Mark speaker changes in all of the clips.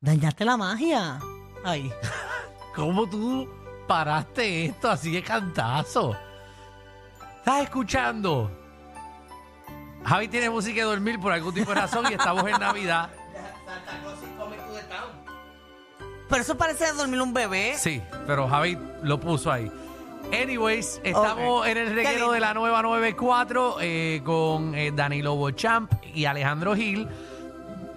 Speaker 1: Dañaste la magia. Ay,
Speaker 2: ¿cómo tú paraste esto así de cantazo? ¿Estás escuchando? Javi tiene música de dormir por algún tipo de razón y estamos en Navidad.
Speaker 1: pero eso parece dormir un bebé.
Speaker 2: Sí, pero Javi lo puso ahí. Anyways, estamos
Speaker 1: Ok.
Speaker 2: en el
Speaker 1: Qué
Speaker 2: reguero
Speaker 1: lindo.
Speaker 2: de la nueva 94 eh, con eh, Danilo Bochamp y Alejandro Gil.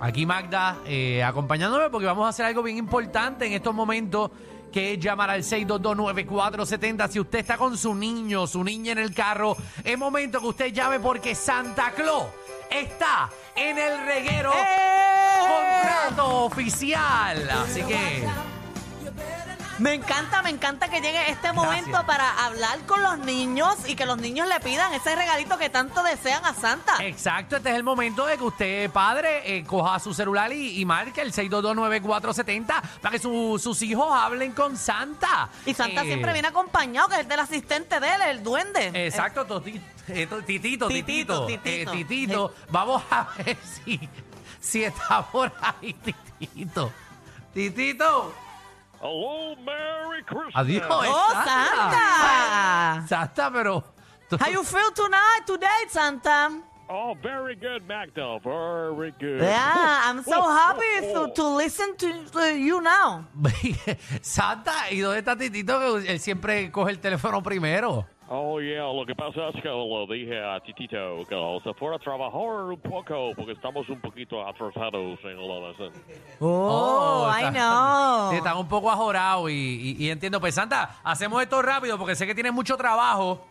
Speaker 2: Aquí Magda eh, acompañándome porque vamos a hacer algo bien importante en estos momentos que es llamar al 6229470. Si usted está con su niño, su niña en el carro, es momento que usted llame porque Santa Claus está en el reguero
Speaker 1: ¡Eh!
Speaker 2: Eh. contrato oficial. Así que...
Speaker 1: Me encanta, me encanta que llegue este momento para hablar con los niños y que los niños le pidan ese regalito que tanto desean a Santa.
Speaker 2: Exacto, este es el momento de que usted, padre, eh, coja su celular y, y marque el 6229470 para que su- sus hijos hablen con Santa.
Speaker 1: Y Santa
Speaker 2: Eh,
Speaker 1: siempre viene acompañado, que es del asistente de él, el duende.
Speaker 2: Exacto, toti- eh, to- titito, titito,
Speaker 1: Titito,
Speaker 2: eh, titito.
Speaker 1: titito.
Speaker 2: Vamos a ver si, si está por ahí, titito. Titito.
Speaker 3: Hello, Merry Christmas.
Speaker 2: Adiós.
Speaker 1: ¡Oh,
Speaker 2: Santa.
Speaker 1: Santa!
Speaker 2: Santa, pero...
Speaker 1: How you feel tonight, today, Santa?
Speaker 3: Oh, very good, Magda. Very good.
Speaker 1: Yeah, I'm so
Speaker 3: Oh,
Speaker 1: happy
Speaker 3: oh,
Speaker 1: to, to listen to, to you now.
Speaker 2: Santa, ¿y dónde está Titito? Que él siempre coge el teléfono primero.
Speaker 3: Oh, yeah, lo que pasa es que lo dije a Titito que se fuera a trabajar un poco porque estamos un poquito atrasados en la lesson.
Speaker 1: Oh, I
Speaker 2: está-
Speaker 1: know.
Speaker 2: sí, Están un poco ajorados y, y- y entiendo. Pues Santa, hacemos esto rápido porque sé que tienen mucho trabajo.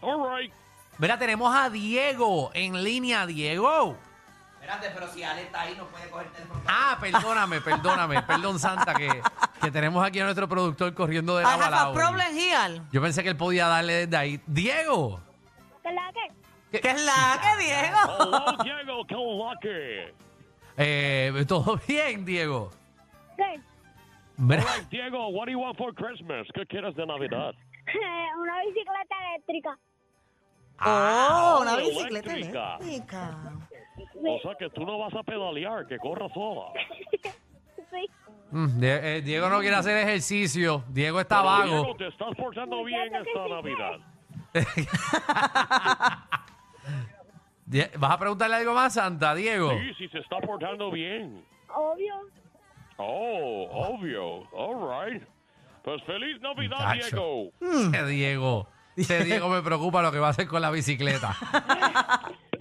Speaker 3: All right.
Speaker 2: Mira, tenemos a Diego en línea, Diego.
Speaker 4: Espérate, pero si Ale está ahí, no puede coger el teléfono.
Speaker 2: Ah, perdóname, perdóname, perdón Santa, que, que tenemos aquí a nuestro productor corriendo de
Speaker 1: I
Speaker 2: la
Speaker 1: have
Speaker 2: bala
Speaker 1: a
Speaker 2: hoy.
Speaker 1: problem here.
Speaker 2: Yo pensé que él podía darle desde ahí. Diego.
Speaker 1: ¿Qué es la que, Diego?
Speaker 3: Hello, Diego, qué lucky.
Speaker 2: Eh, ¿Todo bien, Diego?
Speaker 5: Good.
Speaker 2: Mira,
Speaker 3: All right, Diego, what do you want for Christmas? ¿Qué quieres de Navidad?
Speaker 5: Una bicicleta eléctrica.
Speaker 1: Oh, una
Speaker 3: oh,
Speaker 1: bicicleta
Speaker 3: eléctrica.
Speaker 1: eléctrica.
Speaker 3: O sea que tú no vas a pedalear, que corra sola.
Speaker 5: Sí.
Speaker 2: mm, Die- eh, Diego no quiere hacer ejercicio. Diego está
Speaker 3: Diego,
Speaker 2: vago.
Speaker 3: te estás portando bien
Speaker 5: Ya sé que
Speaker 3: esta
Speaker 5: sí,
Speaker 3: Navidad.
Speaker 2: Die- ¿Vas a preguntarle algo más, Santa, Diego?
Speaker 3: Sí, sí, se está portando bien.
Speaker 5: Obvio.
Speaker 3: Oh, obvio. All right. Pues feliz Navidad,
Speaker 2: Muchacho.
Speaker 3: Diego.
Speaker 2: Ese Diego. Ese Diego me preocupa lo que va a hacer con la bicicleta.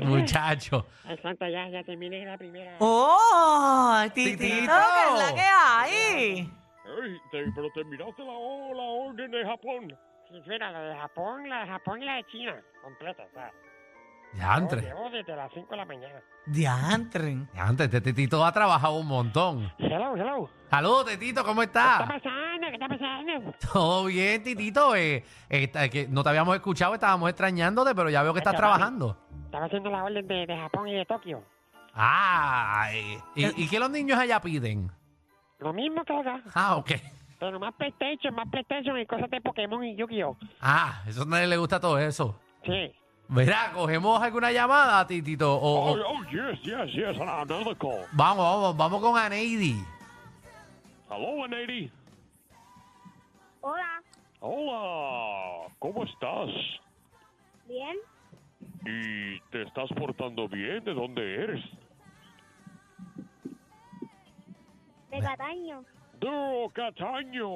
Speaker 2: Muchacho.
Speaker 6: Exacto, ya, ya terminé la primera.
Speaker 1: Oh, titito,
Speaker 2: Titito.
Speaker 1: que es la que hay.
Speaker 3: Ey, te- pero te miraste la, o- la orden de Japón.
Speaker 6: Si fuera la de Japón, la de Japón y la de China. Completa, o sea.
Speaker 2: Ya
Speaker 6: yo
Speaker 2: antes.
Speaker 6: Llevo desde las 5 de la mañana.
Speaker 1: Diantre.
Speaker 2: Antes, este Tetito ha trabajado un montón.
Speaker 6: Hello, hello.
Speaker 2: Saludos, Tetito, ¿cómo
Speaker 6: ¿Qué está
Speaker 2: estás?
Speaker 6: pasando? ¿Qué está pasando?
Speaker 2: Todo bien, Titito. eh, esta- que no te habíamos escuchado, estábamos extrañándote, pero ya veo que estás
Speaker 6: Chacho, papi.
Speaker 2: trabajando.
Speaker 6: Estaba haciendo la orden de, de Japón y de Tokio.
Speaker 2: Ah, eh, ¿y, y qué los niños allá piden?
Speaker 6: Lo mismo que acá,
Speaker 2: Ah, ok.
Speaker 6: pero más PlayStation, más PlayStation y cosas de Pokémon y Yu-Gi-Oh.
Speaker 2: Ah, eso a nadie le gusta todo eso.
Speaker 6: Sí.
Speaker 2: Verá, cogemos alguna llamada, Titito. O,
Speaker 3: Oh,
Speaker 2: o-
Speaker 3: oh, yes, yes, yes. Another call.
Speaker 2: vamos, vamos, vamos con Aneidi.
Speaker 3: Hello, Anady.
Speaker 5: Hola.
Speaker 3: Hola. ¿Cómo estás?
Speaker 5: Bien.
Speaker 3: ¿Y te estás portando bien? ¿De dónde eres?
Speaker 5: De Cataño.
Speaker 3: De Cataño.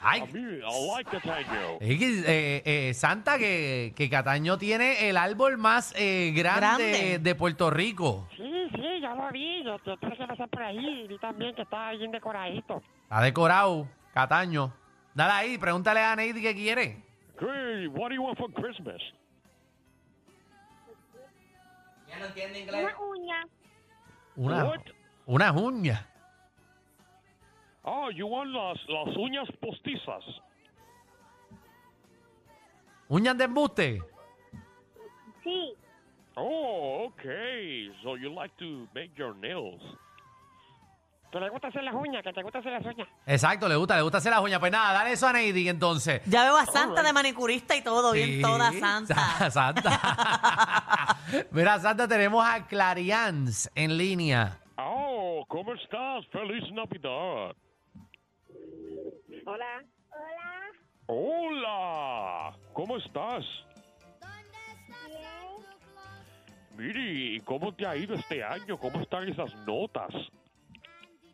Speaker 2: Ay.
Speaker 3: A mí, I like Cataño.
Speaker 2: Es que, eh, eh, Santa, que, que Cataño tiene el árbol más eh, grande,
Speaker 1: Grande.
Speaker 2: de Puerto Rico.
Speaker 6: Sí, sí, yo lo vi. Yo, yo tuve que pasar por ahí y vi también que estaba bien decoradito.
Speaker 2: Está decorado, Cataño. Dale ahí, pregúntale a Neidi qué quiere.
Speaker 3: Hey, what do you want for Christmas?
Speaker 4: Ya no entiende inglés.
Speaker 5: Una uña.
Speaker 2: Una,
Speaker 3: What?
Speaker 2: unas uñas.
Speaker 3: Oh, you want las, las uñas postizas.
Speaker 2: Uñas de embuste.
Speaker 5: Sí.
Speaker 3: Oh, okay. So you like to make your nails.
Speaker 6: Que le gusta hacer las uñas, que te gusta hacer las uñas.
Speaker 2: Exacto, le gusta, le gusta hacer las uñas. Pues nada, dale eso a Neidi entonces.
Speaker 1: Ya veo a Santa de manicurista y todo,
Speaker 2: Sí,
Speaker 1: bien toda Santa.
Speaker 2: Sa- Santa. Mira, Santa, tenemos a Clarians en línea.
Speaker 3: Oh, ¿cómo estás? Feliz Navidad.
Speaker 5: Hola. Hola.
Speaker 3: Hola. ¿Cómo estás?
Speaker 5: Bien.
Speaker 3: Miri, ¿y cómo te ha ido este año? ¿Cómo están esas notas?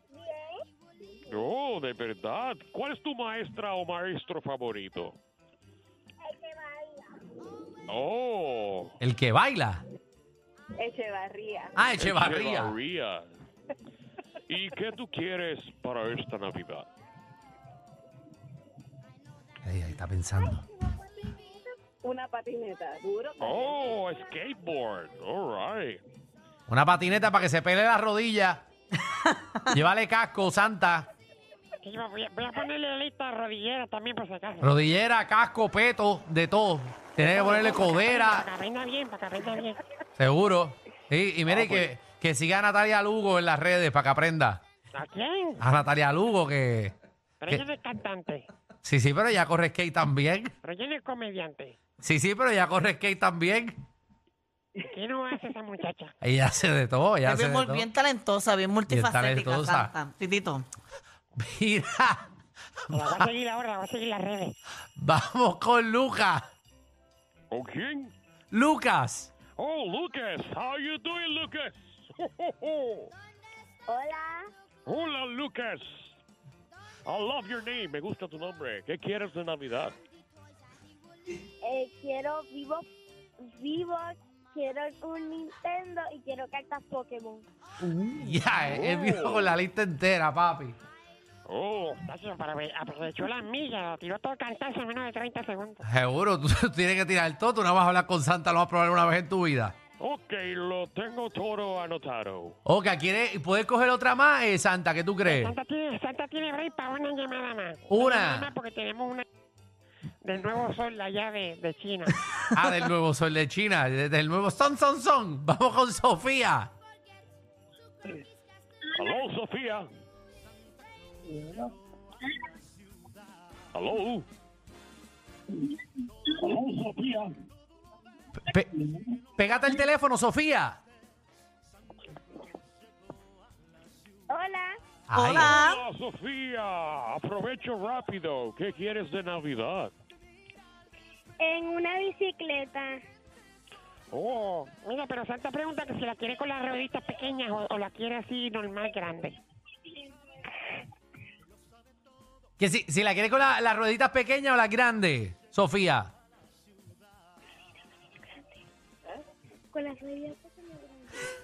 Speaker 5: Bien.
Speaker 3: Oh, de verdad. ¿Cuál es tu maestra o maestro favorito? Oh,
Speaker 2: El que baila.
Speaker 5: Echevarría.
Speaker 2: Ah, Echevarría.
Speaker 3: Echevarría. ¿Y qué tú quieres para esta Navidad?
Speaker 2: Ahí, ahí está pensando.
Speaker 5: Una patineta. Duro.
Speaker 3: Oh, skateboard. All right.
Speaker 2: Una patineta para que se pele la rodilla. Llévale casco, Santa.
Speaker 6: Sí, voy, a, voy a ponerle lista rodillera también por si acaso.
Speaker 2: Rodillera, casco, peto, de todo. Tiene que ponerle
Speaker 6: Para
Speaker 2: codera,
Speaker 6: que rinda bien, para que rinda bien.
Speaker 2: seguro. Sí, y mire que, que siga a Natalia Lugo en las redes para que aprenda.
Speaker 6: ¿A quién?
Speaker 2: A Natalia Lugo que...
Speaker 6: Pero ella no es cantante,
Speaker 2: Sí, sí, pero ella corre skate también.
Speaker 6: pero ella no es comediante.
Speaker 2: Sí, sí, pero ella corre skate también.
Speaker 6: ¿Qué no hace esa muchacha?
Speaker 2: Ella hace de todo, ella
Speaker 1: Es
Speaker 2: hace
Speaker 1: bien,
Speaker 2: de
Speaker 1: mul-
Speaker 2: todo.
Speaker 1: bien talentosa, bien multifacética,
Speaker 2: talentosa.
Speaker 1: Santa. Titito.
Speaker 2: Mira,
Speaker 6: La voy Pues a seguir ahora, la voy a seguir las redes.
Speaker 2: vamos con Lucas.
Speaker 3: ¿Con quién?
Speaker 2: Lucas.
Speaker 3: Oh, Lucas. How you doing, Lucas?
Speaker 5: Mm. Hola.
Speaker 3: Hola, Lucas. I love your name. Me gusta tu nombre. ¿Qué quieres de Navidad?
Speaker 5: Eh, quiero vivo. Vivo. Quiero un Nintendo y quiero cartas Pokémon.
Speaker 2: Ya, él él vino con la lista entera, papi.
Speaker 3: Oh,
Speaker 6: Tacho, para ver, aprovechó la milla, la tiró todo el cantazo en menos de 30 segundos.
Speaker 2: Seguro, tú tienes que tirar todo. Tú no vas a hablar con Santa, lo vas a probar una vez en tu vida.
Speaker 3: ok, lo tengo todo anotado.
Speaker 2: Ok, ¿quieres, ¿puedes coger otra más, eh, Santa? ¿Qué tú crees?
Speaker 6: Santa tiene, Santa tiene break para una llamada más.
Speaker 2: Una.
Speaker 6: más porque tenemos una del nuevo sol allá de, de China.
Speaker 2: Ah, del nuevo Sol de China, de- del nuevo Son Son Son. Vamos con Sofía.
Speaker 3: Aló, Sofía. Aló. Aló, Sofía.
Speaker 2: Pe- pégate el teléfono, Sofía.
Speaker 5: Hola.
Speaker 2: Ay,
Speaker 1: Hola.
Speaker 3: Hola, Sofía. Aprovecho rápido. ¿Qué quieres de Navidad?
Speaker 5: En una bicicleta.
Speaker 6: Oh, mira, pero Santa pregunta que si la quiere con las rueditas pequeñas o, o la quiere así normal grande.
Speaker 2: Que si, si la quieres con la- las rueditas pequeñas o las grandes, Sofía.
Speaker 5: Con las rodillas Pokémon grandes.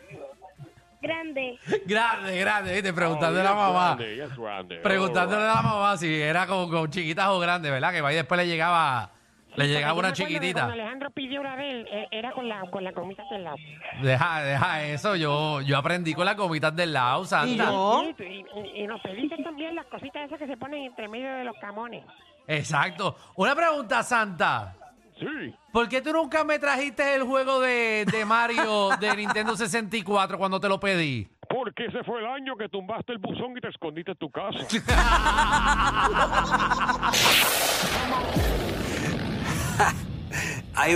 Speaker 5: Grande.
Speaker 2: Grande, grande, ¿viste? Preguntándole
Speaker 3: Preguntando
Speaker 2: a la mamá. Preguntándole
Speaker 3: Preguntándole
Speaker 2: a la mamá si era con, con chiquitas o grandes, ¿verdad? Que ahí después le llegaba, le llegaba
Speaker 6: Sí, porque
Speaker 2: una
Speaker 6: yo me acuerdo que Cuando
Speaker 2: chiquitita.
Speaker 6: Alejandro pidió una de él, eh, era con la, con la comita del lado.
Speaker 2: Deja, deja eso. Yo, yo aprendí con las gomitas del lado,
Speaker 1: Y
Speaker 2: Santa.
Speaker 1: yo.
Speaker 6: Sí, tú- Y, y- y nos pediste también las cositas esas que se ponen entre medio de los camones.
Speaker 2: Exacto. Una pregunta, Santa.
Speaker 3: Sí.
Speaker 2: ¿Por qué tú nunca me trajiste el juego de, de Mario de Nintendo 64 cuando te lo pedí?
Speaker 3: Porque ese fue el año que tumbaste el buzón y te escondiste en tu casa.
Speaker 7: Hay